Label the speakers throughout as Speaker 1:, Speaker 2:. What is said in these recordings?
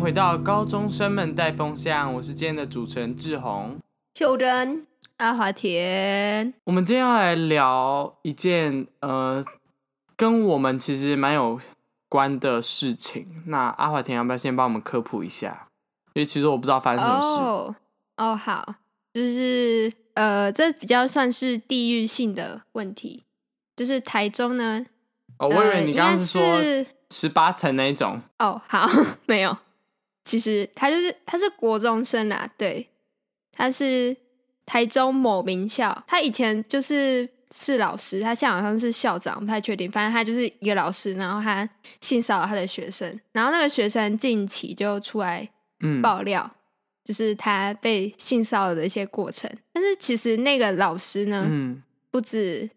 Speaker 1: 回到高中生们带风向，我是今天的主持人志宏。
Speaker 2: 秀珍，
Speaker 3: 阿华田，
Speaker 1: 我们今天要来聊一件呃，跟我们其实蛮有关的事情。那阿华田要不要先帮我们科普一下？因为其实我不知道发生什么事。
Speaker 3: 哦哦，好，就是呃，这比较算是地域性的问题，就是台中呢，
Speaker 1: 哦，我以
Speaker 3: 呃
Speaker 1: 为你刚刚
Speaker 3: 应该
Speaker 1: 说
Speaker 3: 是
Speaker 1: 十八层那一种。
Speaker 3: 哦，好， 没有。其实他就是他是国中生啦，对，他是台中某名校，他以前就是是老师，他现在好像是校长，不太确定。反正他就是一个老师，然后他性骚扰他的学生，然后那个学生近期就出来
Speaker 1: 嗯，
Speaker 3: 爆料，就是他被性骚扰的一些过程。但是其实那个老师呢，
Speaker 1: 嗯，
Speaker 3: 不止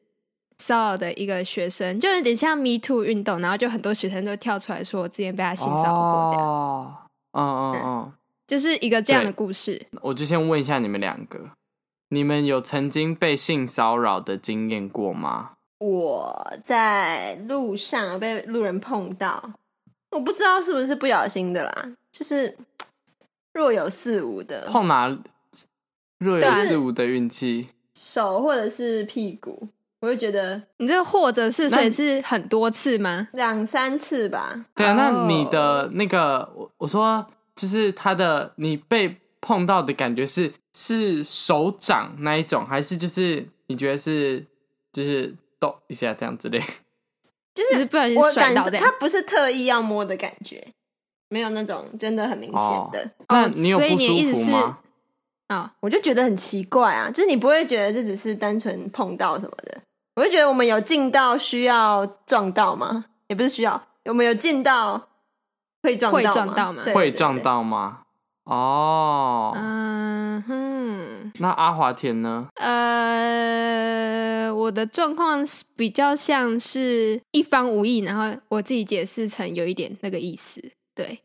Speaker 3: 骚扰的一个学生，就有点像 Me Too 运动，然后就很多学生都跳出来说我之前被他性骚扰过，这样、
Speaker 1: 哦，嗯嗯嗯，
Speaker 3: 就是一个这样的
Speaker 1: 对
Speaker 3: 故事。
Speaker 1: 我就先问一下你们两个，你们有曾经被性骚扰的经验过吗？
Speaker 2: 我呃在路上被路人碰到，我不知道是不是不小心的啦，就是若有似无的
Speaker 1: 碰哪若有
Speaker 3: 对啊
Speaker 1: 似无的运气？
Speaker 2: 手或者是屁股，我就觉得
Speaker 3: 你这或者是
Speaker 1: 那
Speaker 3: 所以是很多次吗？
Speaker 2: 两三次吧，
Speaker 1: 对啊，那
Speaker 3: 哦
Speaker 1: 你的那个，我我说就是他的，你被碰到的感觉是是手掌那一种，还是就是你觉得是就是抖一下这样之类？
Speaker 3: 哦就是不小心
Speaker 2: 我
Speaker 3: 摔
Speaker 2: 感
Speaker 3: 倒
Speaker 2: 受
Speaker 3: 这样
Speaker 2: 他。不是特意要摸的感觉，没有那种真的很明显的，
Speaker 1: 那
Speaker 3: 哦
Speaker 1: 你有
Speaker 3: 所以
Speaker 1: 不
Speaker 3: 你的
Speaker 1: 舒
Speaker 3: 意思
Speaker 1: 服
Speaker 3: 是
Speaker 1: 吗？
Speaker 3: 哦，
Speaker 2: 我就觉得很奇怪啊，就是你不会觉得这只是单纯碰到什么的，我就觉得我们有进到需要撞到吗？也不是需要，我们有进到会撞到吗？
Speaker 3: 会撞到吗
Speaker 2: 对
Speaker 1: 会撞。到吗？哦，
Speaker 3: 嗯哼，
Speaker 1: 那阿华田呢？
Speaker 3: 呃，我的状况是比较像是一方无意，然后我自己解释成有一点那个意思。对，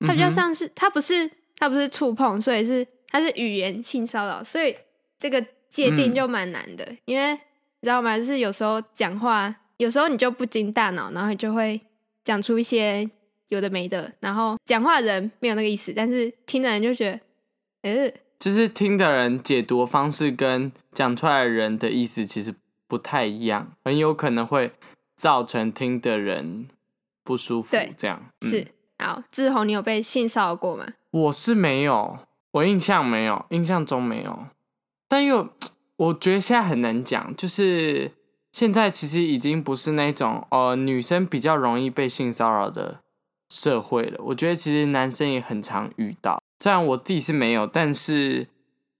Speaker 3: 它比较
Speaker 1: 嗯哼
Speaker 3: 像是它不是它不是触碰，所以是它是语言性骚扰，所以这个界定
Speaker 1: 嗯
Speaker 3: 就蛮难的，因为你知道吗？就是有时候讲话，有时候你就不经大脑，然后你就会讲出一些有的没的，然后讲话的人没有那个意思，但是听的人就觉得，呃，
Speaker 1: 就是听的人解读方式跟讲出来的人的意思其实不太一样，很有可能会造成听的人不舒服
Speaker 3: 对。
Speaker 1: 这样、嗯
Speaker 3: 是。好，志宏，你有被性骚扰过吗？
Speaker 1: 我是没有，我印象没有，印象中没有。但又我觉得现在很难讲，就是现在其实已经不是那种呃女生比较容易被性骚扰的社会了。我觉得其实男生也很常遇到，虽然我自己是没有，但是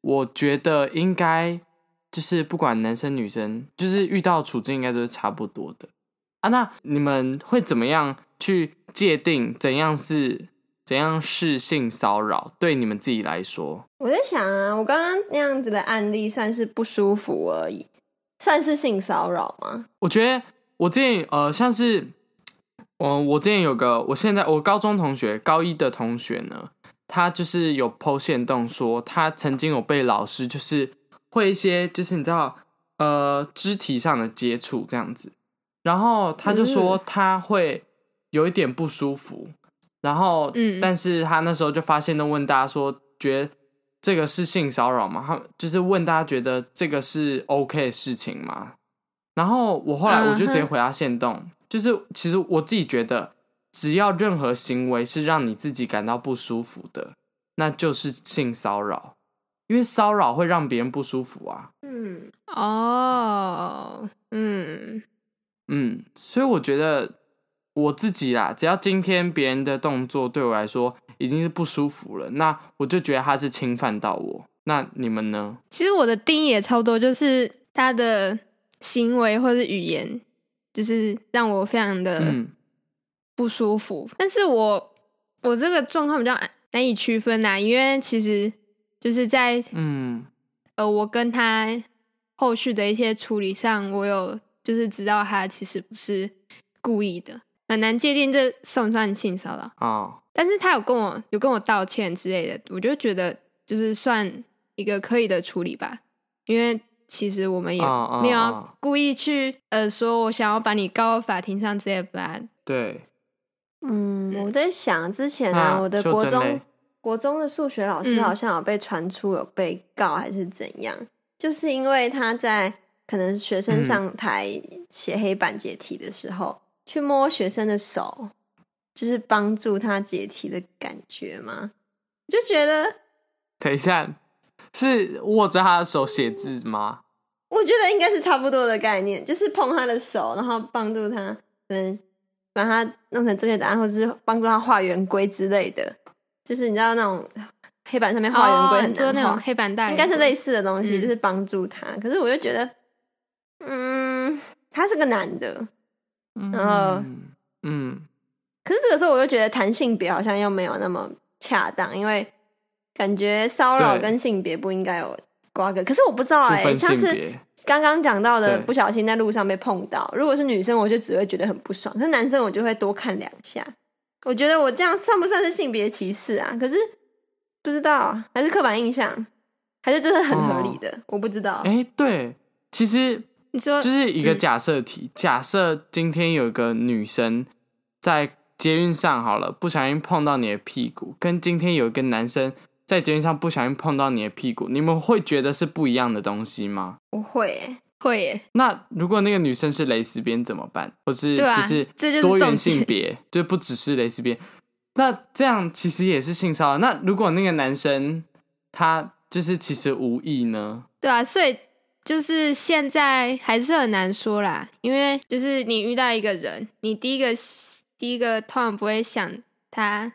Speaker 1: 我觉得应该就是不管男生女生，就是遇到处境应该都是差不多的啊。那你们会怎么样去界定怎样是怎样是性骚扰？对你们自己来说，
Speaker 2: 我在想啊，我刚刚那样子的案例算是不舒服而已，算是性骚扰吗？
Speaker 1: 我觉得我之前呃，像是我我之前有个，我现在我高中同学，高一的同学呢，他就是有剖线动说，他曾经有被老师就是会一些就是你知道呃肢体上的接触这样子，然后他就说他会有一点不舒服，然后
Speaker 3: 嗯
Speaker 1: 但是他那时候就发现，都问大家说，觉得这个是性骚扰吗？他就是问大家觉得这个是 OK 的事情吗？然后我后来我就直接
Speaker 3: 嗯哼
Speaker 1: 回答线动就是其实我自己觉得，只要任何行为是让你自己感到不舒服的，那就是性骚扰，因为骚扰会让别人不舒服啊。
Speaker 2: 嗯，
Speaker 3: 哦，嗯，
Speaker 1: 嗯，所以我觉得我自己啦，只要今天别人的动作对我来说已经是不舒服了，那我就觉得他是侵犯到我。那你们呢？
Speaker 3: 其实我的定义也差不多，就是他的行为或是语言，就是让我非常的
Speaker 1: 嗯，
Speaker 3: 不舒服。但是我我这个状况比较难难以区分呐、因为其实就是在
Speaker 1: 嗯，
Speaker 3: 呃我跟他后续的一些处理上，我有就是知道他其实不是故意的，很难界定这算不算性骚扰。
Speaker 1: 哦，
Speaker 3: 但是他有跟我有跟我道歉之类的，我就觉得就是算一个可以的处理吧，因为其实我们也
Speaker 1: 哦哦
Speaker 3: 没
Speaker 1: 哦
Speaker 3: 有故意去呃说我想要把你告到法庭上之类的吧，
Speaker 1: 对，
Speaker 2: 嗯，
Speaker 3: 嗯
Speaker 2: 我在想之前
Speaker 1: 那
Speaker 2: 啊，我的
Speaker 1: 修
Speaker 2: 国
Speaker 1: 正
Speaker 2: 中
Speaker 1: 类
Speaker 2: 国中的数学老师
Speaker 3: 嗯
Speaker 2: 好像有被传出有被告还是怎样，就是因为他在可能学生
Speaker 1: 嗯
Speaker 2: 上台写黑板解题的时候，去摸学生的手，就是帮助他解题的感觉嘛，我就觉得
Speaker 1: 等一下，是握着他的手写字吗？
Speaker 2: 我觉得应该是差不多的概念，就是碰他的手，然后帮助他，嗯，把他弄成正确答案，或者是帮助他画圆规之类的。就是你知道那种黑板上面画圆规
Speaker 3: 哦，
Speaker 2: 很
Speaker 3: 你做
Speaker 2: 难
Speaker 3: 那
Speaker 2: 画，
Speaker 3: 种黑板大圆
Speaker 2: 应
Speaker 3: 规，
Speaker 2: 该是类似的东西，
Speaker 3: 嗯
Speaker 2: 就是帮助他。可是我就觉得，嗯，他是个男的，然后
Speaker 1: 嗯嗯，
Speaker 2: 可是这个时候我又觉得谈性别好像又没有那么恰当，因为感觉骚扰
Speaker 1: 对
Speaker 2: 跟性别不应该有瓜葛。可是我不知道
Speaker 1: 不
Speaker 2: 哎、
Speaker 1: 分
Speaker 2: 像
Speaker 1: 性
Speaker 2: 是
Speaker 1: 别，
Speaker 2: 刚刚讲到的，
Speaker 1: 对
Speaker 2: 不小心在路上被碰到，如果是女生，我就只会觉得很不爽；，可是男生，我就会多看两下。我觉得我这样算不算是性别歧视啊？可是不知道，啊还是刻板印象，还是真的很合理的，我不知道。
Speaker 1: 哎、对，其实
Speaker 3: 你说
Speaker 1: 就是一个
Speaker 3: 嗯
Speaker 1: 假设题。假设今天有一个女生在捷运上好了，不小心碰到你的屁股，跟今天有一个男生在捷运上不小心碰到你的屁股，你们会觉得是不一样的东西吗？
Speaker 2: 我会、欸，
Speaker 3: 会耶，
Speaker 1: 那如果那个女生是蕾丝边怎么办？或是
Speaker 3: 对啊
Speaker 1: 是
Speaker 3: 这就是
Speaker 1: 多
Speaker 3: 重点
Speaker 1: 元性别， 就不只是蕾丝边。那这样其实也是性骚扰。那如果那个男生他就是其实无意呢？
Speaker 3: 对啊，所以就是现在还是很难说啦，因为就是你遇到一个人，你第一个第一个通常不会想他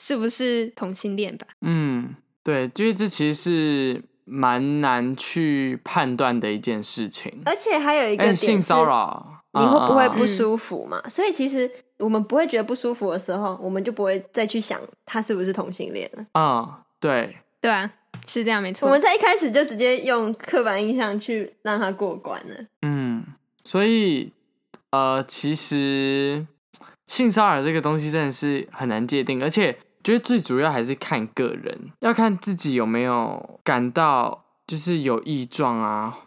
Speaker 3: 是不是同性恋吧？
Speaker 1: 嗯，对，就是这其实是蛮难去判断的一件事情。
Speaker 2: 而且还有一个
Speaker 1: 哎
Speaker 2: 点
Speaker 1: 性
Speaker 2: 是，
Speaker 1: 骚扰，
Speaker 2: 你会不会
Speaker 1: 嗯嗯
Speaker 2: 不舒服嘛？所以其实我们不会觉得不舒服的时候，我们就不会再去想他是不是同性恋了。
Speaker 1: 嗯嗯对，
Speaker 3: 对啊，是这样没错。
Speaker 2: 我们在一开始就直接用刻板印象去让他过关了。
Speaker 1: 嗯，所以呃，其实性骚扰这个东西真的是很难界定，而且觉得最主要还是看个人，要看自己有没有感到就是有异状啊，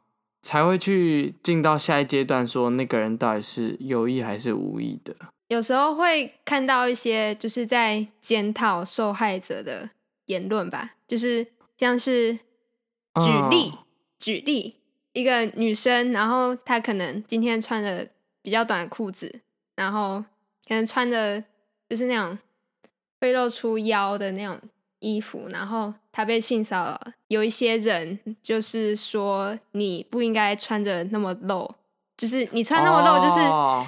Speaker 1: 才会去进到下一阶段，说那个人到底是有意还是无意的。
Speaker 3: 有时候会看到一些就是在检讨受害者的言论吧，就是像是举例、
Speaker 1: 嗯
Speaker 3: 举例，一个女生，然后她可能今天穿的比较短的裤子，然后可能穿的就是那种会露出腰的那种衣服，然后她被性骚扰，有一些人就是说你不应该穿着那么露，就是你穿那么露就是。
Speaker 1: 哦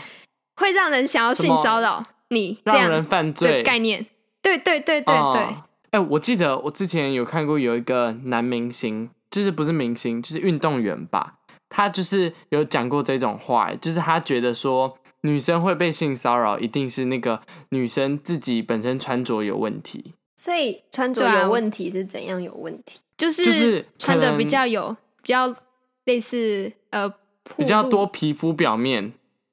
Speaker 3: 会让人想要性骚扰你这
Speaker 1: 让
Speaker 3: 样
Speaker 1: 人犯
Speaker 3: 的
Speaker 1: 罪
Speaker 3: 概念。对 对对对
Speaker 1: 哦
Speaker 3: 对，
Speaker 1: 哎、我记得我之前有看过有一个男明星，就是不是明星，就是运动员吧，他就是有讲过这种话，就是他觉得说女生会被性骚扰，一定是那个女生自己本身穿着有问题，
Speaker 2: 所以穿着
Speaker 3: 对啊
Speaker 2: 有问题是怎样有问题？
Speaker 3: 就
Speaker 1: 就是
Speaker 3: 是
Speaker 1: 可
Speaker 3: 穿的
Speaker 1: 能
Speaker 3: 比较有比较类似呃
Speaker 1: 比较
Speaker 3: 暴露
Speaker 1: 多皮肤表面，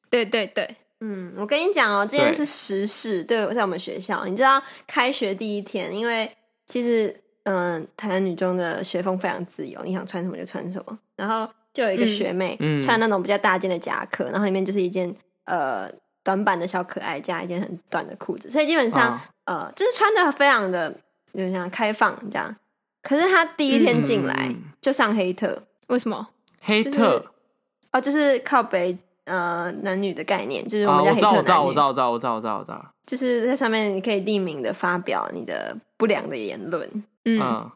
Speaker 3: 对对对，
Speaker 2: 嗯，我跟你讲哦，这件是时事，对，在我们学校，你知道开学第一天，因为其实嗯、台南女中的学风非常自由，你想穿什么就穿什么。然后就有一个
Speaker 3: 嗯
Speaker 2: 学妹、
Speaker 1: 嗯
Speaker 2: 穿那种比较大件的夹克，然后里面就是一件呃短版的小可爱加一件很短的裤子，所以基本上、
Speaker 1: 啊
Speaker 2: 呃就是穿的非常的有点像开放这样。可是她第一天进来、
Speaker 1: 嗯嗯嗯
Speaker 2: 就上黑特，
Speaker 3: 为什么？
Speaker 1: 黑特
Speaker 2: 哦，就是靠北呃男女的概念，就是我
Speaker 1: 啊，
Speaker 2: 们叫
Speaker 1: 我
Speaker 2: 黑特
Speaker 1: 知道，
Speaker 2: 男女，
Speaker 1: 我知道，我知道，我知道，我知道，我知道，我知道，
Speaker 2: 就是在上面你可以匿名的发表你的不良的言论。
Speaker 3: 嗯，
Speaker 1: 嗯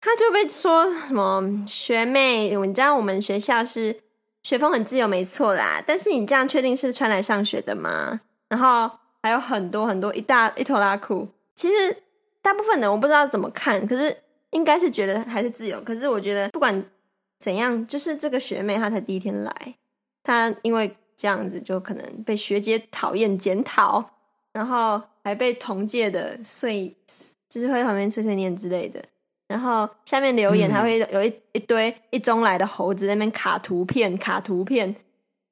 Speaker 2: 他就被说什么学妹，你知道我们学校是学风很自由，没错啦，但是你这样确定是穿来上学的吗？然后还有很多很多一大一头拉裤，其实大部分人我不知道怎么看，可是应该是觉得还是自由。可是我觉得不管怎样，就是这个学妹她才第一天来，她因为这样子就可能被学姐讨厌检讨，然后还被同届的碎，就是会在旁边碎碎念之类的。然后下面留言
Speaker 1: 嗯
Speaker 2: 还会有一、一堆一中来的猴子在那边卡图片、卡图片，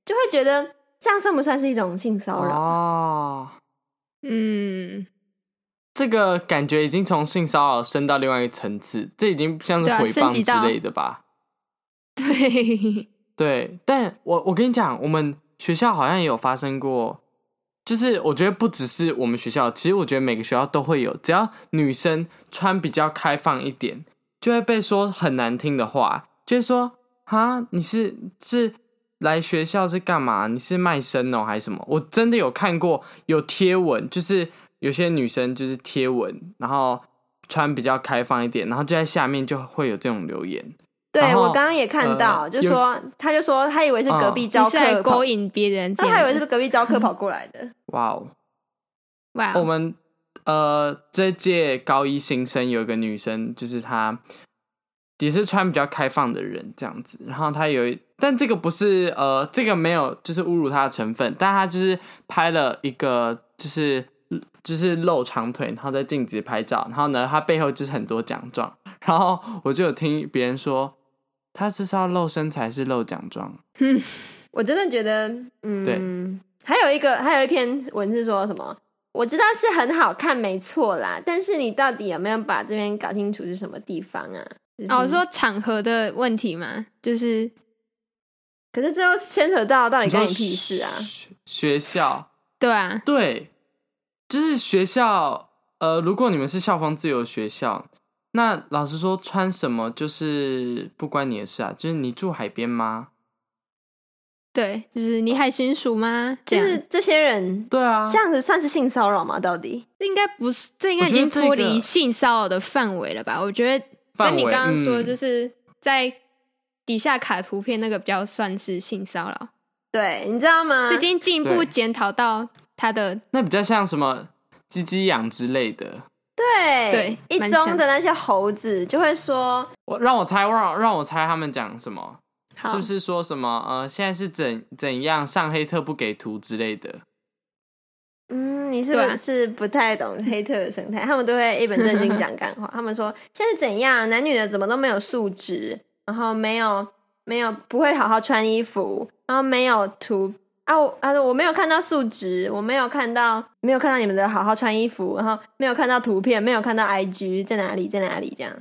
Speaker 2: 就会觉得这样算不算是一种性骚扰？
Speaker 1: 哦，
Speaker 3: 嗯，
Speaker 1: 这个感觉已经从性骚扰升到另外一个层次，这已经像是
Speaker 3: 对啊
Speaker 1: 诽
Speaker 3: 升
Speaker 1: 谤
Speaker 3: 级
Speaker 1: 之
Speaker 3: 到
Speaker 1: 类的吧？
Speaker 3: 对，
Speaker 1: 对，但我我跟你讲，我们学校好像也有发生过就是我觉得不只是我们学校，其实我觉得每个学校都会有，只要女生穿比较开放一点，就会被说很难听的话，就会说哈，你是是来学校是干嘛？你是卖身哦还是什么？我真的有看过有贴文，就是有些女生就是贴文，然后穿比较开放一点，然后就在下面就会有这种留言，
Speaker 2: 对
Speaker 1: 然后
Speaker 2: 我刚刚也看到，
Speaker 1: 呃哦
Speaker 2: 就说他就说他以为是隔壁教
Speaker 3: 你是来
Speaker 2: 课跑
Speaker 3: 勾，引别人这
Speaker 2: 他
Speaker 3: 样
Speaker 2: 还以为
Speaker 3: 子？
Speaker 2: 是隔壁教 课跑过来的。
Speaker 1: 哇哦！
Speaker 3: 哇
Speaker 2: 啊
Speaker 3: 哦
Speaker 1: 我们呃这届高一新生有一个女生，就是她也是穿比较开放的人这样子，然后她有一，但这个不是呃这个没有就是侮辱她的成分，但她就是拍了一个就是就是露长腿，然后在镜子拍照，然后呢她背后就是很多奖状，然后我就有听别人说。她是是要露身材，是露奖状，
Speaker 2: 我真的觉得，嗯，还有一个还有一篇文字说什么？我知道是很好看，没错啦，但是你到底有没有把这边搞清楚是什么地方啊？就是
Speaker 3: 哦，说场合的问题嘛，就是
Speaker 2: 可是最后牵扯到到底
Speaker 1: 你说
Speaker 2: 干你屁事啊？
Speaker 1: 学学校
Speaker 3: 对啊，
Speaker 1: 对，就是学校，呃，如果你们是校风自由学校，那老实说，穿什么就是不关你的事啊。就是你住海边吗？
Speaker 3: 对，就是你海巡署吗？这
Speaker 2: 就
Speaker 3: 样哦
Speaker 2: 是这些人
Speaker 1: 对啊，
Speaker 2: 这样子算是性骚扰吗？到底？
Speaker 3: 这应该不是，这应该
Speaker 1: 我
Speaker 3: 已
Speaker 1: 觉得
Speaker 3: 经脱
Speaker 1: 这个
Speaker 3: 离性骚扰的范围了吧？我觉得
Speaker 1: 范
Speaker 3: 跟你
Speaker 1: 围
Speaker 3: 刚刚说，
Speaker 1: 嗯
Speaker 3: 就是在底下卡图片那个比较算是性骚扰，
Speaker 2: 对，你知道吗？
Speaker 3: 这已经进一步
Speaker 1: 啊对
Speaker 3: 检讨到他的
Speaker 1: 那比较像什么鸡鸡痒之类的。
Speaker 2: 对
Speaker 3: 对
Speaker 2: 一
Speaker 3: 蛮
Speaker 2: 中
Speaker 3: 像
Speaker 2: 的那些猴子就会说，
Speaker 1: 我让我猜，让让我猜他们讲什么？
Speaker 2: 好，
Speaker 1: 是不是说什么呃，现在是怎怎样上黑特不给图之类的？
Speaker 2: 嗯，你是
Speaker 3: 对啊
Speaker 2: 不是不太懂黑特的生态？他们都会一本正经讲干 话。他们说现在怎样，男女的怎么都没有素质，然后没有没有不会好好穿衣服，然后没有图啊我啊我没有看到素质，我没有看到没有看到你们的好好穿衣服，然后没有看到图片，没有看到 IG 在哪里在哪里这样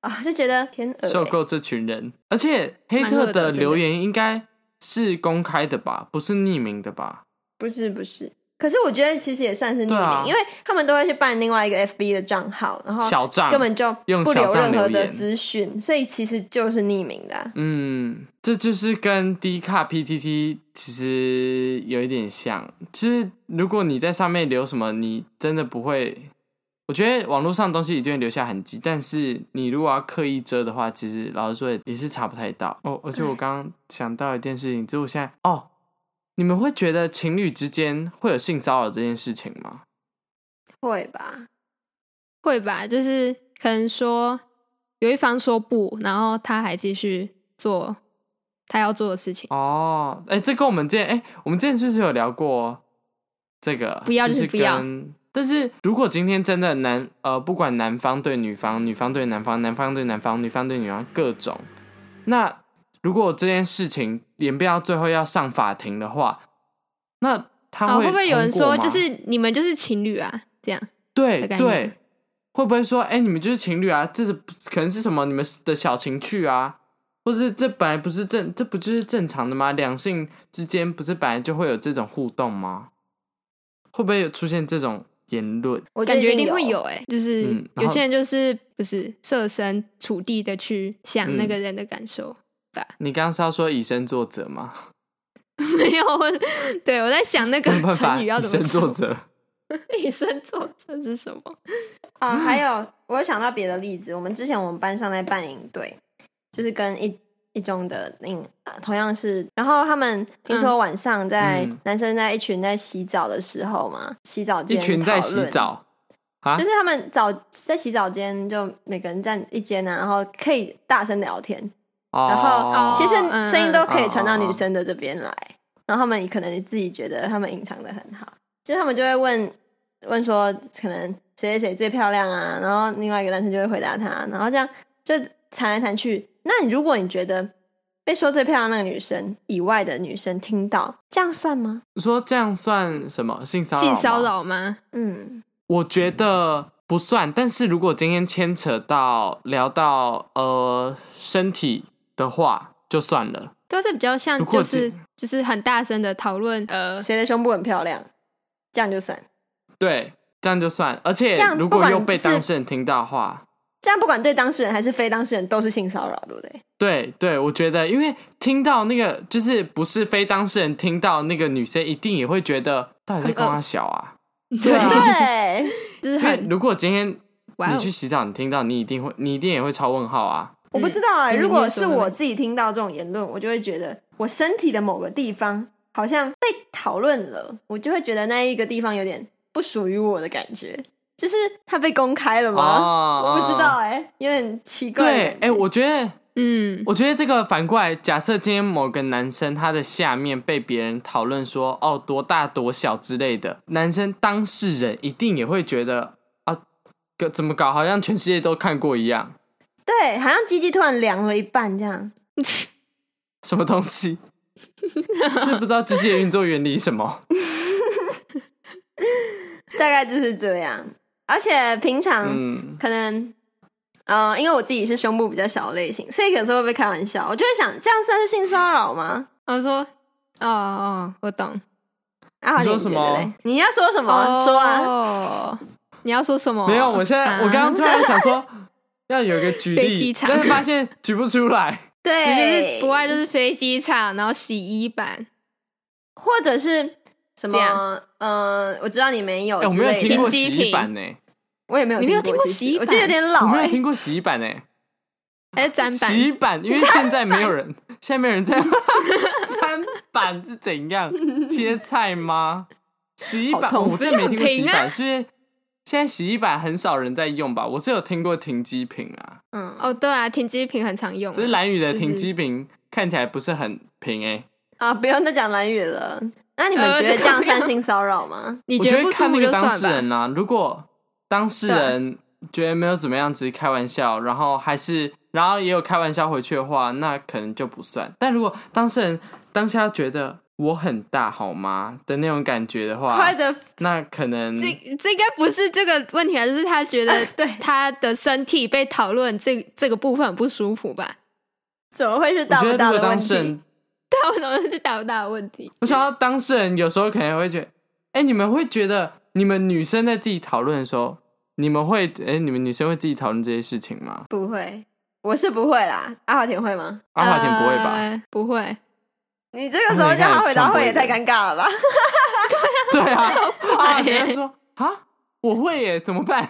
Speaker 2: 啊，就觉得天恶、
Speaker 1: 受
Speaker 2: 欸。
Speaker 1: 够这群人！而且黑
Speaker 3: 蛮
Speaker 1: 特
Speaker 3: 恶的
Speaker 1: 的
Speaker 3: 真的
Speaker 1: 留言应该是公开的吧，不是匿名的吧？
Speaker 2: 不是不是，可是我觉得其实也算是匿名，
Speaker 1: 对啊
Speaker 2: 因为他们都会去办另外一个 FB 的账号，然
Speaker 3: 哦
Speaker 2: 后
Speaker 1: 小账
Speaker 2: 根本就
Speaker 1: 啊用
Speaker 2: 不
Speaker 1: 小
Speaker 2: 留
Speaker 1: 账
Speaker 2: 任何
Speaker 1: 留
Speaker 2: 的
Speaker 1: 言
Speaker 2: 资讯，所以其实就是匿名的啊、
Speaker 1: 嗯，这就是跟 D 卡 PTT 其实有一点像。其实如果你在上面留什么，你真的不会。我觉得网络上的东西一定会留下痕迹，但是你如果要刻意遮的话，其实老实说也是查不太到。哦，而且我刚刚想到一件事情，就是我现在哦，你们会觉得情侣之间会有性骚扰这件事情吗？
Speaker 2: 会吧？
Speaker 3: 会吧，就是可能说有一方说不，然后他还继续做他要做的事情，
Speaker 1: 哦，哎、这跟我们之前，哎、我们之前是不是有聊过这个？
Speaker 3: 不要
Speaker 1: 就
Speaker 3: 就是不要
Speaker 1: 跟。但是如果今天真的男呃，不管男方对女方、女方对男方、男方对男方、女方对女方各种，那如果这件事情演变到最后要上法庭的话，那他
Speaker 3: 啊、
Speaker 1: 会、
Speaker 3: 会不会有人说就是
Speaker 1: 通过吗
Speaker 3: 你们就是情侣啊？这样
Speaker 1: 对
Speaker 3: 的概念
Speaker 1: 对，会不会说哎、你们就是情侣啊？这是可能是什么你们的小情趣啊？或是这本来不是正，这不就是正常的吗？两性之间不是本来就会有这种互动吗？会不会有出现这种言论？
Speaker 2: 我
Speaker 3: 感觉
Speaker 2: 一
Speaker 3: 一定会有
Speaker 2: 有。
Speaker 3: 哎、就是
Speaker 1: 嗯然
Speaker 3: 有
Speaker 1: 后
Speaker 3: 些人就是不是设身处地的去想那
Speaker 1: 嗯
Speaker 3: 个人的感受。
Speaker 1: 你刚刚是要说以身作则吗？
Speaker 3: 没有，我对我在想那 个
Speaker 1: 没有办法，
Speaker 3: 成语要
Speaker 1: 以
Speaker 3: 怎
Speaker 1: 身
Speaker 3: 么
Speaker 1: 作
Speaker 3: 说。
Speaker 1: 则。
Speaker 3: 以身作则是什么？
Speaker 1: 嗯
Speaker 2: 啊、还有我有想到别的例子，我们之前我们班上在办营队，就是跟一一中的营、呃同样是，然后他们听说晚上在、
Speaker 1: 嗯
Speaker 2: 男生在一群在洗澡的时候嘛，洗澡
Speaker 1: 一
Speaker 2: 间
Speaker 1: 群在
Speaker 2: 讨
Speaker 1: 洗
Speaker 2: 论
Speaker 1: 澡啊
Speaker 2: 就，是他们早在洗澡间就每个人站一间啊，然后可以大声聊天，然后
Speaker 1: 哦
Speaker 2: 其实
Speaker 3: 嗯
Speaker 2: 声音都可以传到
Speaker 1: 嗯嗯
Speaker 2: 女生的这边来，然后他们可能自己觉得他们隐藏的很好，就是他们就会问问说，可能谁谁谁最漂亮啊，然后另外一个男生就会回答他，然后这样就谈来谈去。那你如果你觉得被说最漂亮那个女生以外的女生听到，这样算吗？
Speaker 1: 你说这样算什么性骚扰？
Speaker 3: 性骚？扰吗？
Speaker 2: 嗯，
Speaker 1: 我觉得不算，但是如果今天牵扯到聊到呃身体的话，就算了。
Speaker 3: 对啊，这比较像
Speaker 1: 如果
Speaker 3: 就是就是很大声的讨论，呃，
Speaker 2: 谁的胸部很漂亮？这样就算。
Speaker 1: 对，这样就算。而且
Speaker 2: 这样
Speaker 1: 如
Speaker 2: 不
Speaker 1: 果
Speaker 2: 管
Speaker 1: 又被
Speaker 2: 是
Speaker 1: 当事人听到的话，
Speaker 2: 这样不管对当事人还是非当事人都是性骚扰，对不对？
Speaker 1: 对对，我觉得因为听到那个就是不是非当事人听到那个女生，一定也会觉得到底在
Speaker 3: 很
Speaker 1: 跟
Speaker 3: 恶
Speaker 1: 她小 啊。
Speaker 3: 对啊，
Speaker 2: 对，
Speaker 3: 就是
Speaker 1: 因为
Speaker 3: 很
Speaker 1: 如果 今天
Speaker 3: 哇
Speaker 1: 你
Speaker 3: 哦
Speaker 1: 去洗澡，你听到你一定会，你一定也会超问号啊。
Speaker 2: 我不知道哎、
Speaker 3: 嗯
Speaker 2: 如果
Speaker 3: 你
Speaker 2: 是
Speaker 3: 你会说
Speaker 2: 我自己听到这种言论，我就会觉得我身体的某个地方好像被讨论了，我就会觉得那一个地方有点不属于我的感觉，就是它被公开了吗？
Speaker 1: 哦
Speaker 2: 我不知道。哎、有点奇怪的
Speaker 1: 对，
Speaker 2: 感
Speaker 1: 哎、
Speaker 2: 觉。
Speaker 1: 我觉得，
Speaker 3: 嗯，
Speaker 1: 我觉得这个反过来，假设今天某个男生他的下面被别人讨论说哦多大多小之类的，男生当事人一定也会觉得啊，个怎么搞，好像全世界都看过一样，
Speaker 2: 对，好像鸡鸡突然凉了一半这样。
Speaker 1: 什么东西？ 是不知道机器的运作原理什么？
Speaker 2: 大概就是这样。而且平常
Speaker 1: 嗯
Speaker 2: 可能，呃，因为我自己是胸部比较小的类型，所以有时候会被开玩笑。我就会想，这样算是性骚扰吗？
Speaker 3: 我说哦哦，我懂。
Speaker 2: 啊，
Speaker 1: 你说
Speaker 2: 你觉
Speaker 1: 什
Speaker 2: 得
Speaker 1: 么
Speaker 2: 嘞？你要说什么？说啊！
Speaker 3: 哦，你要说什么？ 啊
Speaker 1: 没有，我现在、我刚刚突然想 说要有一个举
Speaker 3: 哦飞
Speaker 1: 例
Speaker 3: 机，场
Speaker 1: 但是发现举不出来。
Speaker 3: 你就是
Speaker 2: 对，
Speaker 3: 不外就是飞机场，然后洗衣板，
Speaker 2: 或者是什
Speaker 3: 这
Speaker 2: 么？呃，我知道你没有
Speaker 3: 哦
Speaker 1: 哎、我
Speaker 2: 之
Speaker 1: 没有
Speaker 2: 类
Speaker 1: 听
Speaker 2: 的，
Speaker 1: 过
Speaker 3: 停机
Speaker 1: 洗衣
Speaker 3: 坪哦
Speaker 1: 板呢、
Speaker 2: 我也没有，
Speaker 3: 你没有听过
Speaker 2: 其实
Speaker 3: 洗衣
Speaker 2: 我记得有
Speaker 3: 板
Speaker 2: 点老
Speaker 1: 我没
Speaker 2: 哎
Speaker 1: 有。听过洗衣板呢、
Speaker 3: 还是砧
Speaker 1: 洗
Speaker 3: 哎板？
Speaker 1: 衣板，因为现在没有人， 现在没有人在砧板是怎样切菜吗？洗衣
Speaker 2: 好
Speaker 1: 板，哦
Speaker 2: 痛
Speaker 1: 我真的没听过洗衣
Speaker 3: 就很平
Speaker 1: 板，
Speaker 3: 啊
Speaker 1: 是不是现在洗衣板很少人在用吧？我是有听过停机坪啊，
Speaker 2: 嗯，
Speaker 3: 哦，对啊，停机坪很常用啊。
Speaker 1: 只是蓝雨的
Speaker 3: 就是
Speaker 1: 停机坪看起来不是很平哎、
Speaker 2: 啊，不用再讲蓝语了。那你们
Speaker 3: 呃
Speaker 2: 觉得
Speaker 3: 这
Speaker 2: 这样
Speaker 3: 个
Speaker 2: 算性骚扰吗？
Speaker 3: 你
Speaker 1: 我
Speaker 3: 觉得
Speaker 1: 觉
Speaker 3: 不
Speaker 1: 得
Speaker 3: 舒
Speaker 1: 看
Speaker 3: 服
Speaker 1: 那
Speaker 3: 就
Speaker 1: 个当
Speaker 3: 算
Speaker 1: 事人
Speaker 3: 吧。啊
Speaker 1: 啊，如果当事人觉得没有怎么样，只是开玩笑，然后还是然后也有开玩笑回去的话，那可能就不算。但如果当事人当下觉得我很大好吗的那种感觉的 话，
Speaker 2: 快的，
Speaker 1: 那可能
Speaker 3: 这这应该不是这个问题啊，就是他觉得
Speaker 2: 对
Speaker 3: 他的身体被讨论这这个部分很不舒服吧？
Speaker 2: 怎么会是
Speaker 1: 我
Speaker 2: 大
Speaker 1: 觉
Speaker 2: 不
Speaker 1: 得如
Speaker 2: 大
Speaker 1: 果
Speaker 2: 的问
Speaker 1: 当事
Speaker 2: 题？
Speaker 1: 人，
Speaker 3: 但我怎么是大不大的问题？
Speaker 1: 我想到当事人有时候可能会觉得，哎、你们会觉得你们女生在自己讨论的时候，你们会哎、你们女生会自己讨论这些事情吗？
Speaker 2: 不会，我是不会啦。阿华田会吗？
Speaker 1: 阿华田不会吧？
Speaker 3: 呃不会，
Speaker 2: 你这个时候叫他回答会也太尴尬了吧？
Speaker 1: 对啊，啊，
Speaker 3: 怪欸
Speaker 1: 人家说啊，我会耶，怎么 办？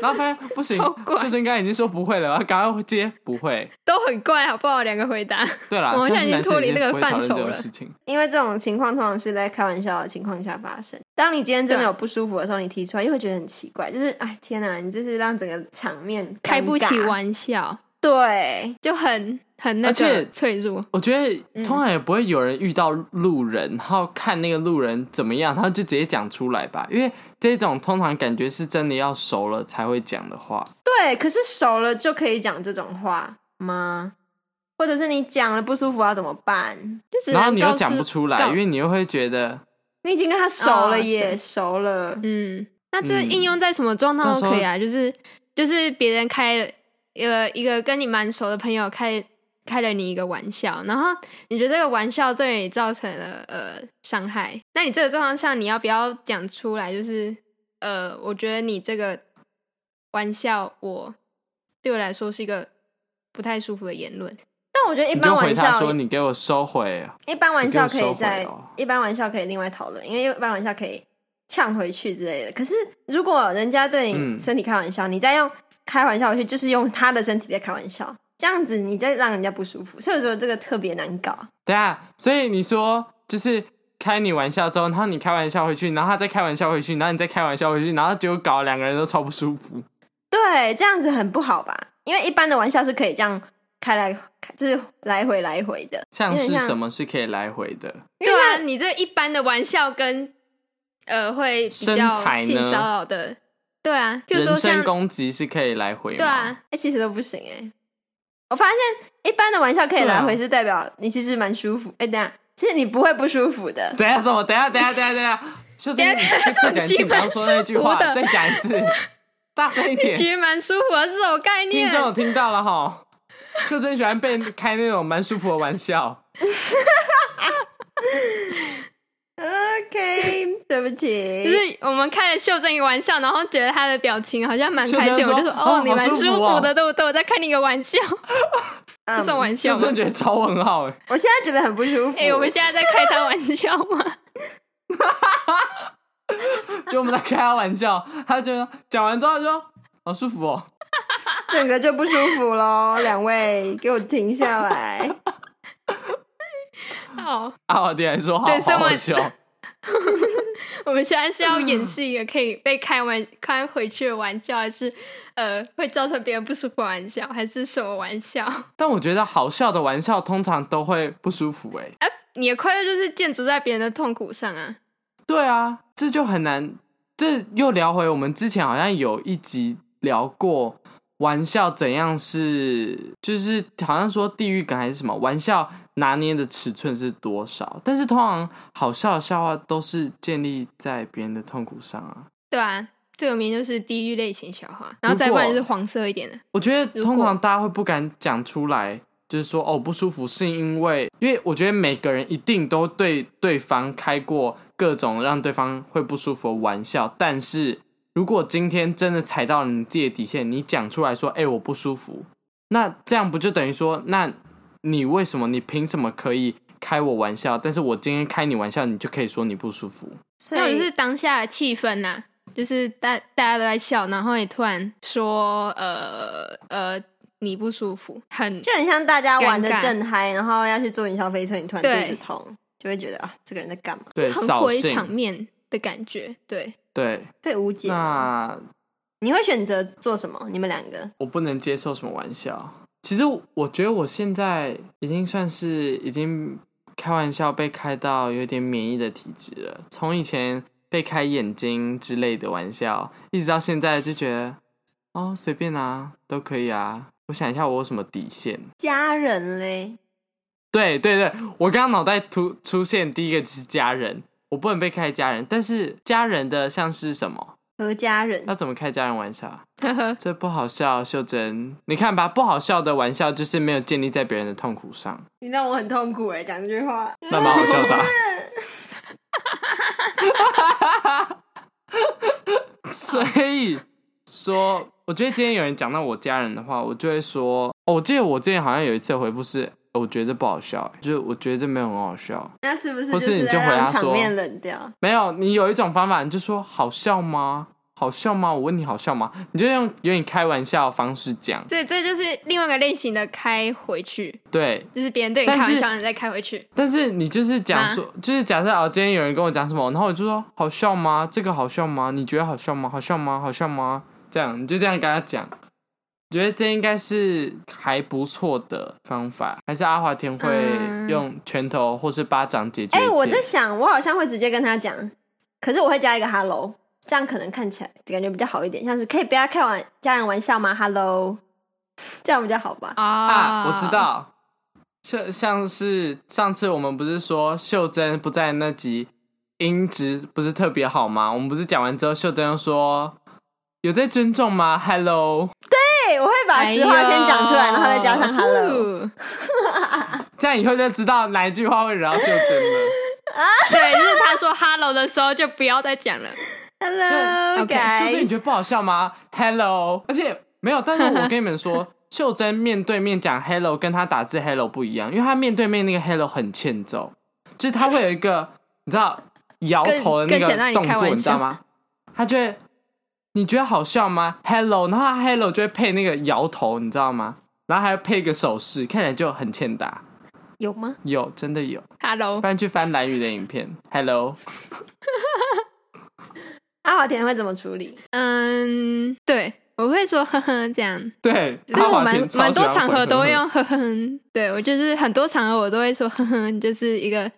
Speaker 1: 然后发现不行
Speaker 3: 超，怪
Speaker 1: 秀珍刚才已经说不会了，然后赶快接不会。
Speaker 3: 都很怪，好不好？两个回答，
Speaker 1: 对啦，
Speaker 3: 我们
Speaker 1: 相信
Speaker 3: 现在已经
Speaker 1: 男生
Speaker 3: 脱离
Speaker 1: 已经
Speaker 3: 那个
Speaker 1: 不会讨
Speaker 3: 范
Speaker 1: 论
Speaker 3: 畴
Speaker 1: 这种
Speaker 3: 了
Speaker 1: 事情。
Speaker 2: 因为这种情况通常是在开玩笑的情况下发生。当你今天真的有不舒服的时候，你提出来又会觉得很奇怪，就是哎天哪，你就是让整个场面尴尬
Speaker 3: 开不起。玩笑，
Speaker 2: 对，
Speaker 3: 就很很那
Speaker 1: 而
Speaker 3: 个
Speaker 1: 且
Speaker 3: 脆弱。
Speaker 1: 我觉得通常也不会有人遇到路人，然后看那个路人怎么样，然后就直接讲出来吧。因为这种通常感觉是真的要熟了才会讲的话。
Speaker 2: 对，可是熟了就可以讲这种话吗？或者是你讲了不舒服要怎么办？
Speaker 3: 就只能
Speaker 1: 然后你又
Speaker 3: 告
Speaker 1: 讲
Speaker 3: 知
Speaker 1: 不出来，
Speaker 3: 告
Speaker 1: 因为你又会觉得
Speaker 2: 你已经跟他熟了
Speaker 3: 哦
Speaker 2: 耶，
Speaker 3: 对
Speaker 2: 熟了。
Speaker 3: 嗯，那这
Speaker 1: 嗯
Speaker 3: 应用在什么状况
Speaker 1: 那
Speaker 3: 都
Speaker 1: 时候
Speaker 3: 可以啊，就是就是别人开了一个一个跟你蛮熟的朋友开开了你一个玩笑，然后你觉得这个玩笑对你造成了呃伤害，那你这个状况下你要不要讲出来？就是呃，我觉得你这个玩笑我对我来说是一个不太舒服的言论，
Speaker 2: 但我觉得一
Speaker 1: 你
Speaker 2: 般
Speaker 1: 就回
Speaker 2: 玩
Speaker 1: 他
Speaker 2: 笑
Speaker 1: 说你给我收回，
Speaker 2: 一般玩笑可以
Speaker 1: 你
Speaker 2: 在
Speaker 1: 给我收回哦
Speaker 2: 一般玩笑可以另外讨论，因为一般玩笑可以呛回去之类的。可是如果人家对你
Speaker 1: 嗯
Speaker 2: 身体开玩笑，你再用开玩笑回去，就是用他的身体在开玩笑，这样子你再让人家不舒服，所以我觉得这个特别难搞。
Speaker 1: 对啊，所以你说就是开你玩笑之后，然后你开玩笑回去，然后他再开玩笑回去，然后你再开玩笑回去，然后结果搞得两个人都超不舒服。
Speaker 2: 对，这样子很不好吧？因为一般的玩笑是可以这样开来，开就是来回来回的，
Speaker 1: 像
Speaker 2: 有点
Speaker 1: 是
Speaker 2: 像
Speaker 1: 什么是可以来回的？
Speaker 3: 对啊，你这一般的玩笑跟呃会比
Speaker 1: 身
Speaker 3: 较
Speaker 1: 材呢
Speaker 3: 性骚扰的，对啊，譬如说
Speaker 1: 人
Speaker 3: 像
Speaker 1: 身攻击是可以来回吗？
Speaker 3: 对啊。，
Speaker 2: 哎、其实都不行哎、我发现一般的玩笑可以
Speaker 1: 对啊
Speaker 2: 来回，是代表你其实蛮舒服。哎、等一下，其实你不会不舒服的。
Speaker 1: 等一下什么？等一下，等一下，等一下，等一下，秀珍，
Speaker 3: 等一
Speaker 1: 你
Speaker 3: 下
Speaker 1: 再再讲一次，
Speaker 3: 这种
Speaker 1: 你刚刚说那句话，
Speaker 3: 基本是我的
Speaker 1: 再讲一次，大声一
Speaker 3: 其
Speaker 1: 点，
Speaker 3: 实蛮舒服的这种概
Speaker 1: 听
Speaker 3: 念。
Speaker 1: 众有听到了哈。秀珍喜欢被开那种蛮舒服的玩笑，
Speaker 2: OK，对不
Speaker 3: 就
Speaker 2: 起，
Speaker 3: 是我们开了秀珍一个玩笑，然后觉得他的表情好像蛮开
Speaker 1: 秀珍
Speaker 3: 心，
Speaker 1: 说
Speaker 3: 我就说
Speaker 1: 哦
Speaker 3: 哦，
Speaker 1: 好
Speaker 3: 你蛮
Speaker 1: 舒服
Speaker 3: 舒
Speaker 1: 哦
Speaker 3: 服的，对不对？我在开你一个玩 笑，
Speaker 2: 嗯
Speaker 3: 这算玩笑
Speaker 1: 我真
Speaker 3: 吗
Speaker 1: 的？觉得超问号哎，
Speaker 2: 我现在觉得很不舒服。
Speaker 3: 哎、我们现在在开他玩笑吗？
Speaker 1: 就我们在开他玩笑，他就说讲完之后他就说好舒服哦，
Speaker 2: 整个就不舒服喽，两位给我停下 来。
Speaker 3: 哦，
Speaker 1: 阿华田还说 好
Speaker 3: 对所以
Speaker 1: 好
Speaker 3: 我们
Speaker 1: 好笑，
Speaker 3: 我们现在是要演示一个可以被开玩开回去的玩笑，还是呃会造成别人不舒服的玩笑，还是什么玩笑？
Speaker 1: 但我觉得好笑的玩笑通常都会不舒服哎，
Speaker 3: 你的快乐就是建筑在别人的痛苦上啊。
Speaker 1: 对啊，这就很难，这又聊回我们之前好像有一集聊过玩笑怎样是，就是好像说地域感还是什么，玩笑拿捏的尺寸是多少？但是通常好笑的笑话都是建立在别人的痛苦上啊。
Speaker 3: 对啊，最有名就是地狱类型笑话，然后再
Speaker 1: 如
Speaker 3: 不
Speaker 1: 果
Speaker 3: 然就是黄色一点的。
Speaker 1: 我觉得
Speaker 3: 如
Speaker 1: 通
Speaker 3: 果
Speaker 1: 常大家会不敢讲出来，就是说哦不舒服，是因为因为我觉得每个人一定都对对方开过各种让对方会不舒服的玩笑，但是如果今天真的踩到了你自己的底线，你讲出来说哎、我不舒服，那这样不就等于说那你为什么你凭什么可以开我玩笑，但是我今天开你玩笑，你就可以说你不舒服？
Speaker 2: 所
Speaker 3: 那我
Speaker 2: 以
Speaker 3: 就是当下的气氛呐、就是大大家都在笑，然后你突然说呃呃你不舒服，很
Speaker 2: 就很像大家玩的
Speaker 3: 尴尬
Speaker 2: 正嗨，然后要去坐云霄飞车，你突然肚
Speaker 3: 对
Speaker 2: 子痛，就会觉得啊，这个人在干嘛？
Speaker 1: 对，
Speaker 3: 很
Speaker 1: 扫
Speaker 3: 毁场
Speaker 1: 兴，
Speaker 3: 面的感觉。对，
Speaker 1: 对，
Speaker 2: 被误解。
Speaker 1: 那
Speaker 2: 你会选择做什么？你们两个
Speaker 1: 我不能接受什么玩笑。其实我觉得我现在已经算是已经开玩笑被开到有点免疫的体质了。从以前被开眼睛之类的玩笑，一直到现在就觉得哦随便啊都可以啊。我想一下我有什么底线？
Speaker 2: 家人嘞？
Speaker 1: 对对对，我刚刚脑袋突出现第一个就是家人，我不能被开家人，但是家人的像是什么？
Speaker 2: 和家人
Speaker 1: 要怎么开家人玩笑啊？
Speaker 3: 呵呵，
Speaker 1: 这不好笑，秀珍，你看吧，不好笑的玩笑就是没有建立在别人的痛苦上，
Speaker 2: 你让我很痛苦哎、讲这句话。
Speaker 1: 那蛮好笑的啊、所以说，我觉得今天有人讲到我家人的话，我就会说，哦，我记得我之前好像有一次的回复是，哦我觉得这不好笑，就是我觉得这没有很好笑。
Speaker 2: 那是不是
Speaker 1: 或
Speaker 2: 就是
Speaker 1: 你
Speaker 2: 是
Speaker 1: 就
Speaker 2: 在
Speaker 1: 回
Speaker 2: 让
Speaker 1: 答说
Speaker 2: 场面冷掉？
Speaker 1: 没有，你有一种方法，你就说好笑吗？好笑吗？我问你好笑吗？你就用有点开玩笑的方式讲，
Speaker 3: 所以这就是另外一个类型的开回去，
Speaker 1: 对，
Speaker 3: 就是别人对你开
Speaker 1: 但是
Speaker 3: 玩笑，你再开回去。
Speaker 1: 但是你就是讲
Speaker 2: 啊
Speaker 1: 说，就是假设哦，今天有人跟我讲什么，然后我就说好笑吗？这个好笑吗？你觉得好笑吗？好笑吗？好笑吗？这样你就这样跟他讲，觉得这应该是还不错的方法，还是阿华田会
Speaker 3: 嗯
Speaker 1: 用拳头或是巴掌解决一
Speaker 2: 哎、
Speaker 1: 切？
Speaker 2: 我在想，我好像会直接跟他讲，可是我会加一个 hello，这样可能看起来感觉比较好一点，像是可以不要开玩家人玩笑吗？hello，这样比较好吧？
Speaker 1: 啊，
Speaker 3: 啊
Speaker 1: 我知。道，像像是上次我们不是说秀珍不在那集音质不是特别好吗？我们不是讲完之后，秀珍又说有在尊重吗？Hello。
Speaker 2: 对，哎我会把实话先讲出来，然后再
Speaker 3: 哎
Speaker 2: 加上 hello。
Speaker 3: hello。
Speaker 1: 这样以后就知道哪一句话会惹到秀珍了。
Speaker 3: 对，就是他说 hello 的时候就不要再讲了。
Speaker 1: 哎
Speaker 2: Hello
Speaker 1: 秀
Speaker 3: 对
Speaker 1: 珍，你
Speaker 2: guys，
Speaker 1: 觉得不好笑吗？Hello，而且没有，但是我跟你们说， 秀珍面对面讲 Hello 跟她打字 Hello 不一样，因为她面对面那个 Hello 很欠揍，就是她会有一个你知道摇头的那
Speaker 3: 更更想让
Speaker 1: 个
Speaker 3: 你
Speaker 1: 动
Speaker 3: 开玩
Speaker 1: 作，
Speaker 3: 笑
Speaker 1: 你知道吗？她就会你觉得好笑吗？Hello，然后她 Hello 就会配那个摇头，你知道吗？然后还要配一个手势，看起来就很欠打。
Speaker 2: 有吗？
Speaker 1: 有，真的有，
Speaker 3: hello
Speaker 1: 不然去翻蓝宇的影片。Hello，
Speaker 2: 阿华田会怎么处理？
Speaker 3: 嗯，对，我会说呵呵这样，
Speaker 1: 对，
Speaker 3: 但是
Speaker 1: 阿
Speaker 3: 我
Speaker 1: 华
Speaker 3: 蛮
Speaker 1: 田超
Speaker 3: 蛮多
Speaker 1: 喜欢
Speaker 3: 场合
Speaker 1: 混
Speaker 3: 都会
Speaker 1: 合
Speaker 3: 用呵呵。 对我就是很多场合我都会说呵呵，就是一个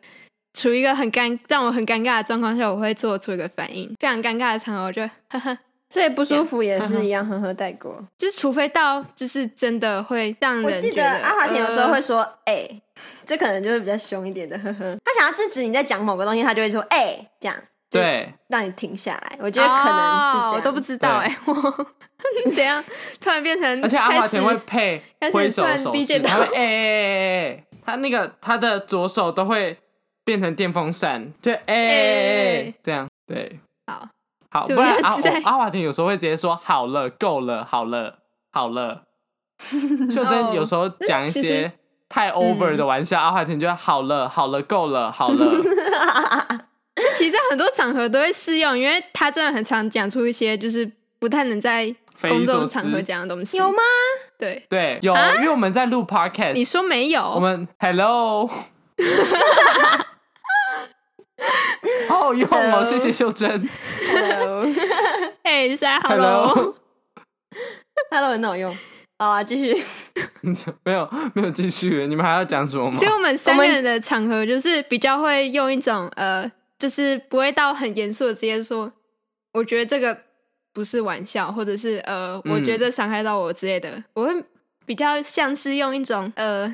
Speaker 3: 处于一个很尴让我很尴尬的状况下，我会做出一个反应。非常尴尬的场合，我就呵呵，
Speaker 2: 所以不舒服也是一
Speaker 1: 嗯
Speaker 2: 样，呵呵带过。
Speaker 3: 就是除非到就是真的会让人
Speaker 2: 我记
Speaker 3: 觉
Speaker 2: 得阿华田有时候
Speaker 3: 呃
Speaker 2: 会说：“哎、这可能就是比较凶一点的，呵呵。”他想要制止你在讲某个东西，他就会说：“哎、这样
Speaker 1: 对，
Speaker 2: 让你停下来。”我觉得可能是这
Speaker 3: 哦
Speaker 2: 样，
Speaker 3: 我都不知道
Speaker 1: 对
Speaker 3: 哎、我 怎样突然变成
Speaker 1: 而且阿
Speaker 3: 开
Speaker 1: 华
Speaker 3: 始
Speaker 1: 田会配挥手手
Speaker 3: 开始
Speaker 1: 势，
Speaker 3: 算 DJ
Speaker 1: 他会哎哎哎哎哎，他那个他的左手都会变成电风扇，就哎、
Speaker 3: 哎
Speaker 1: 这样，对，
Speaker 3: 好，
Speaker 1: 好，
Speaker 3: 就
Speaker 1: 不然
Speaker 3: 是
Speaker 1: 阿
Speaker 3: 在
Speaker 1: 我阿华田有时候会直接说好了，够了，好了，好 了。秀珍有时候讲一
Speaker 3: 哦其实嗯
Speaker 1: 些太 over 的玩笑，阿华田就好了，好了，够了，好 了。
Speaker 3: 其实在很多场合都会适用，因为他真的很常讲出一些就是不太能在
Speaker 1: 匪夷
Speaker 3: 公
Speaker 1: 所
Speaker 3: 众
Speaker 1: 思
Speaker 3: 场合讲的东西。
Speaker 2: 有吗？？
Speaker 3: 对，
Speaker 1: 对，有，因为我们在录 podcast，
Speaker 3: 你说没有？
Speaker 1: 我们 hello，好有用哦，
Speaker 2: Hello
Speaker 1: 谢谢秀珍
Speaker 3: 哎，大家好喽。
Speaker 2: Hello 很好用。好啊，继续。
Speaker 1: 没有没有继续，你们还要讲什么吗
Speaker 3: 所以？我们三
Speaker 2: 我
Speaker 3: 个
Speaker 2: 们
Speaker 3: 人的场合就是比较会用一种呃，就是不会到很严肃的直接说，我觉得这个不是玩笑，或者是呃，
Speaker 1: 嗯
Speaker 3: 我觉得伤害到我之类的，我会比较像是用一种呃，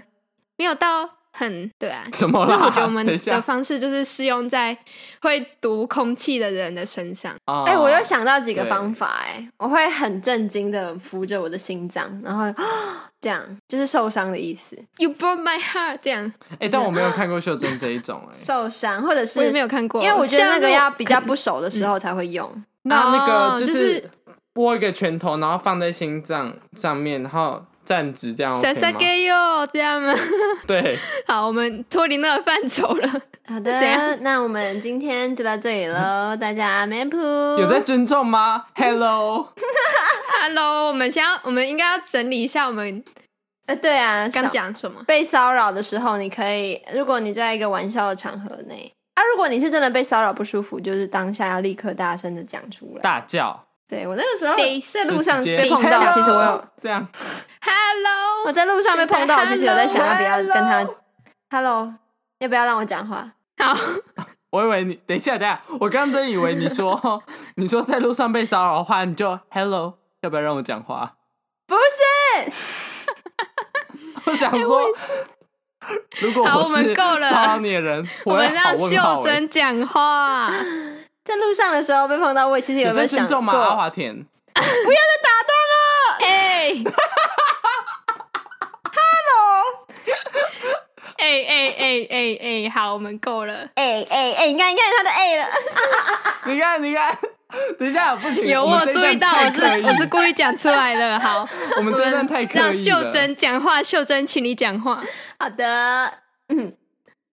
Speaker 3: 没有到很对啊。
Speaker 1: 什么
Speaker 3: 所以我
Speaker 1: 啦？
Speaker 3: 觉得我们
Speaker 1: 等一
Speaker 3: 的
Speaker 1: 下，
Speaker 3: 方式就是适用在会读空气的人的身上。
Speaker 1: 哎
Speaker 2: 哎、我又想到几个
Speaker 1: 对
Speaker 2: 方法、哎，我会很震惊的扶着我的心脏，然后啊这样就是受伤的意思，
Speaker 3: You broke my heart，这样
Speaker 1: 哎，但我没有看过秀珍这一种哎。
Speaker 2: 受伤或者
Speaker 3: 我也
Speaker 2: 是
Speaker 3: 没有看过，
Speaker 2: 因为我觉得那个
Speaker 3: 像
Speaker 2: 要比较不熟的时候才会用。
Speaker 1: 那那
Speaker 3: 哦
Speaker 1: 个就
Speaker 3: 就是
Speaker 1: 是拨一个拳头，然后放在心脏上面，然后站直这样
Speaker 3: 撒
Speaker 1: OK
Speaker 3: 撒
Speaker 1: 吗？
Speaker 3: 给哟这样吗？
Speaker 1: 对，
Speaker 3: 好，我们脱离那个范畴了。
Speaker 2: 好
Speaker 3: 这样
Speaker 2: 的，那我们今天就到这里喽，大家 m a p
Speaker 1: 有在尊重吗？Hello，
Speaker 3: Hello，我们先要，我们应该要整理一下我们
Speaker 2: 呃，对啊，
Speaker 3: 刚
Speaker 2: 上
Speaker 3: 讲什么。
Speaker 2: 被骚扰的时候，你可以，如果你在一个玩笑的场合内，啊，如果你是真的被骚扰不舒服，就是当下要立刻大声的讲出来。
Speaker 1: 大叫，
Speaker 2: 对我那个时候
Speaker 3: Stay
Speaker 2: 在路上
Speaker 1: 就直接
Speaker 2: 被碰到，
Speaker 3: Hello
Speaker 2: 其实我有
Speaker 1: 这样，
Speaker 2: 我
Speaker 3: Hello，
Speaker 2: 在路上被碰到，
Speaker 3: 现在
Speaker 2: 其实有在想要不要跟他
Speaker 1: Hello
Speaker 2: Hello，要不要让我讲话？
Speaker 3: 好，
Speaker 1: 我以为你等一下，等一下，我刚真以为你 说你说在路上被骚扰的话，你就 Hello，要不要让我讲话？
Speaker 2: 不是，
Speaker 1: 我想说，如果
Speaker 3: 好我们
Speaker 1: 是
Speaker 3: 够了
Speaker 1: 骚扰你的人，
Speaker 3: 我
Speaker 1: 会
Speaker 3: 们
Speaker 1: 好
Speaker 3: 让
Speaker 1: 问号
Speaker 3: 秀
Speaker 1: 欸
Speaker 3: 珍讲话。
Speaker 2: 在路上的时候被碰到，我也其实有
Speaker 1: 有
Speaker 2: 没
Speaker 1: 在
Speaker 2: 有想
Speaker 1: 尊重吗？阿
Speaker 2: 过？
Speaker 1: 华田，
Speaker 3: 哎，Hello，哎哎哎哎哎，好，我们够了。
Speaker 2: 哎哎哎，你看你看他的哎了，
Speaker 1: 你看，你看，等一下，不行，
Speaker 3: 有
Speaker 1: 我
Speaker 3: 我
Speaker 1: 们这
Speaker 3: 有
Speaker 1: 一
Speaker 3: 注意
Speaker 1: 段
Speaker 3: 到，
Speaker 1: 太
Speaker 3: 我
Speaker 1: 刻意
Speaker 3: 是我是故意讲出来的。好，
Speaker 1: 我
Speaker 3: 我
Speaker 1: 们这一段
Speaker 3: 们
Speaker 1: 太刻意
Speaker 3: 让秀
Speaker 1: 了
Speaker 3: 珍讲话，秀珍，请你讲话。
Speaker 2: 好的，嗯，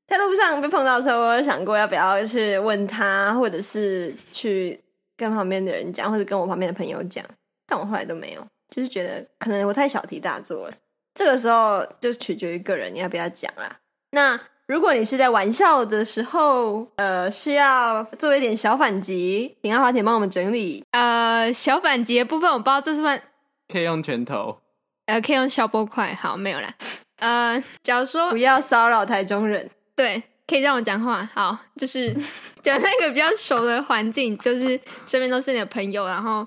Speaker 2: 在路上被碰到的时候，我有想过要不要去问他，或者是去跟旁边的人讲，或者跟我旁边的朋友讲，但我后来都没有，就是觉得可能我太小题大做了。这个时候就取决于个人你要不要讲啦。那如果你是在玩笑的时候，呃，是要做一点小反击，请阿华田帮我们整理。
Speaker 3: 呃，小反击的部分，我不知道这算
Speaker 1: 可以用拳头，
Speaker 3: 呃，可以用消波块。好，没有啦。呃，假如说
Speaker 2: 不要骚扰台中人，
Speaker 3: 对，可以让我讲话。好，就是讲那个比较熟的环境，就是身边都是你的朋友，然后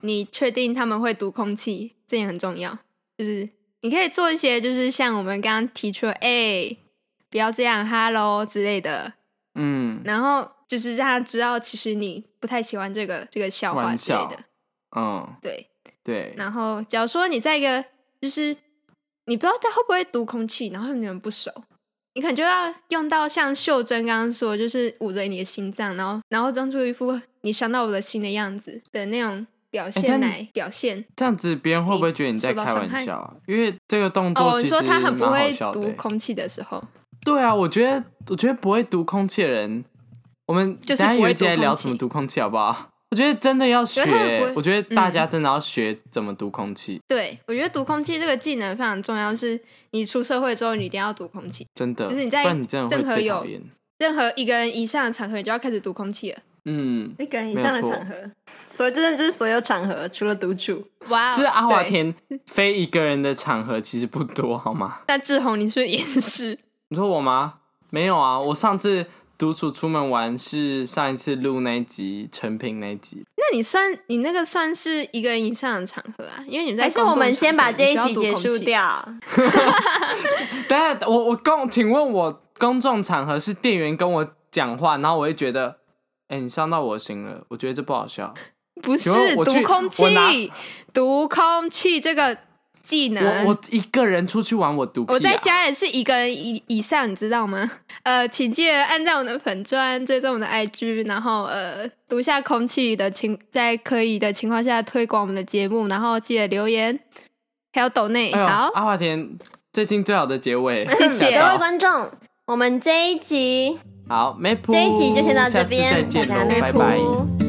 Speaker 3: 你确定他们会读空气，这也很重要。就是你可以做一些，就是像我们刚刚提出的，哎、不要这样，hello 之类的，
Speaker 1: 嗯
Speaker 3: 然后就是让他知道，其实你不太喜欢这个这个笑话
Speaker 1: 玩
Speaker 3: 之类
Speaker 1: 笑
Speaker 3: 的。
Speaker 1: 嗯，
Speaker 3: 对，
Speaker 1: 对，
Speaker 3: 然后，假如说你在一个就是你不知道他会不会读空气，然后你们不熟，你可能就要用到像秀珍刚刚说，就是捂着你的心脏，然后然后装出一副你伤到我的心的样子的那种表现
Speaker 1: 但
Speaker 3: 来表现。
Speaker 1: 这样子别人会不会觉得你在
Speaker 3: 受到
Speaker 1: 开
Speaker 3: 伤害
Speaker 1: 玩笑啊？因为这个动
Speaker 3: 哦，
Speaker 1: 作
Speaker 3: 你
Speaker 1: 其实
Speaker 3: 说他很
Speaker 1: 蛮
Speaker 3: 不
Speaker 1: 好
Speaker 3: 会
Speaker 1: 笑的
Speaker 3: 读
Speaker 1: 欸。
Speaker 3: 空气的时候，
Speaker 1: 对啊，我觉得我觉得不会读空气的人，我们
Speaker 3: 就是
Speaker 1: 等一下
Speaker 3: 不
Speaker 1: 有
Speaker 3: 会
Speaker 1: 一集来
Speaker 3: 读空
Speaker 1: 聊
Speaker 3: 气
Speaker 1: 怎么读空气好不好？我觉得真的要学欸
Speaker 3: 觉得他们不会，
Speaker 1: 我觉得大家真的要学怎么读空气，
Speaker 3: 对我觉得读空气这个技能非常重要，是你出社会之后你一定要读空气，
Speaker 1: 真的，
Speaker 3: 就是你在
Speaker 1: 不然你真的会
Speaker 3: 任何
Speaker 1: 被
Speaker 3: 有
Speaker 1: 讨厌。
Speaker 3: 任何一个人以上的场合你就要开始读空气了。
Speaker 1: 嗯，
Speaker 2: 一个人以
Speaker 1: 没有
Speaker 2: 上的
Speaker 1: 错
Speaker 2: 场合，所以真的就是所有场合，除了独处。
Speaker 3: 哇、
Speaker 1: 就是阿华
Speaker 3: 啊对，
Speaker 1: 田非一个人的场合其实不多，好吗？
Speaker 3: 那志宏你是不是也是？
Speaker 1: 你说我吗？没有啊，我上次独处出门玩是上一次录那一集成品那一集，
Speaker 3: 那你算你那个算是一个人以上的场合啊，因为你在
Speaker 2: 还是我们先把这一集
Speaker 3: 集
Speaker 2: 结束。掉？
Speaker 1: 等下，我我公，请问我公众场合是店员跟我讲话，然后我会觉得，哎、你伤到我的心了，我觉得这不好笑。
Speaker 3: 不
Speaker 1: 请问
Speaker 3: 是
Speaker 1: 我去
Speaker 3: 读空
Speaker 1: 我拿
Speaker 3: 气，读空气这个技能。
Speaker 1: 我我一个人出去玩，我独、啊、
Speaker 3: 嗯我在家也是一个人以以上，你知道吗？ 呃，请记得按照我的粉砖，追踪我的 IG，然后呃，读下空气的情，在可以的情况下推广我们的节目，然后记得留言，还有抖内。
Speaker 1: 哎呦
Speaker 3: 好，
Speaker 1: 阿华田最近最好的结 尾，
Speaker 3: 谢谢
Speaker 1: 吓
Speaker 2: 各位
Speaker 1: 到
Speaker 2: 观众，我们这一集
Speaker 1: 好，没谱，
Speaker 2: 这一集就先到这
Speaker 1: 下次
Speaker 2: 边，
Speaker 1: 再见
Speaker 2: 大家
Speaker 1: 喽，
Speaker 2: 拜
Speaker 1: 拜拜。
Speaker 2: 拜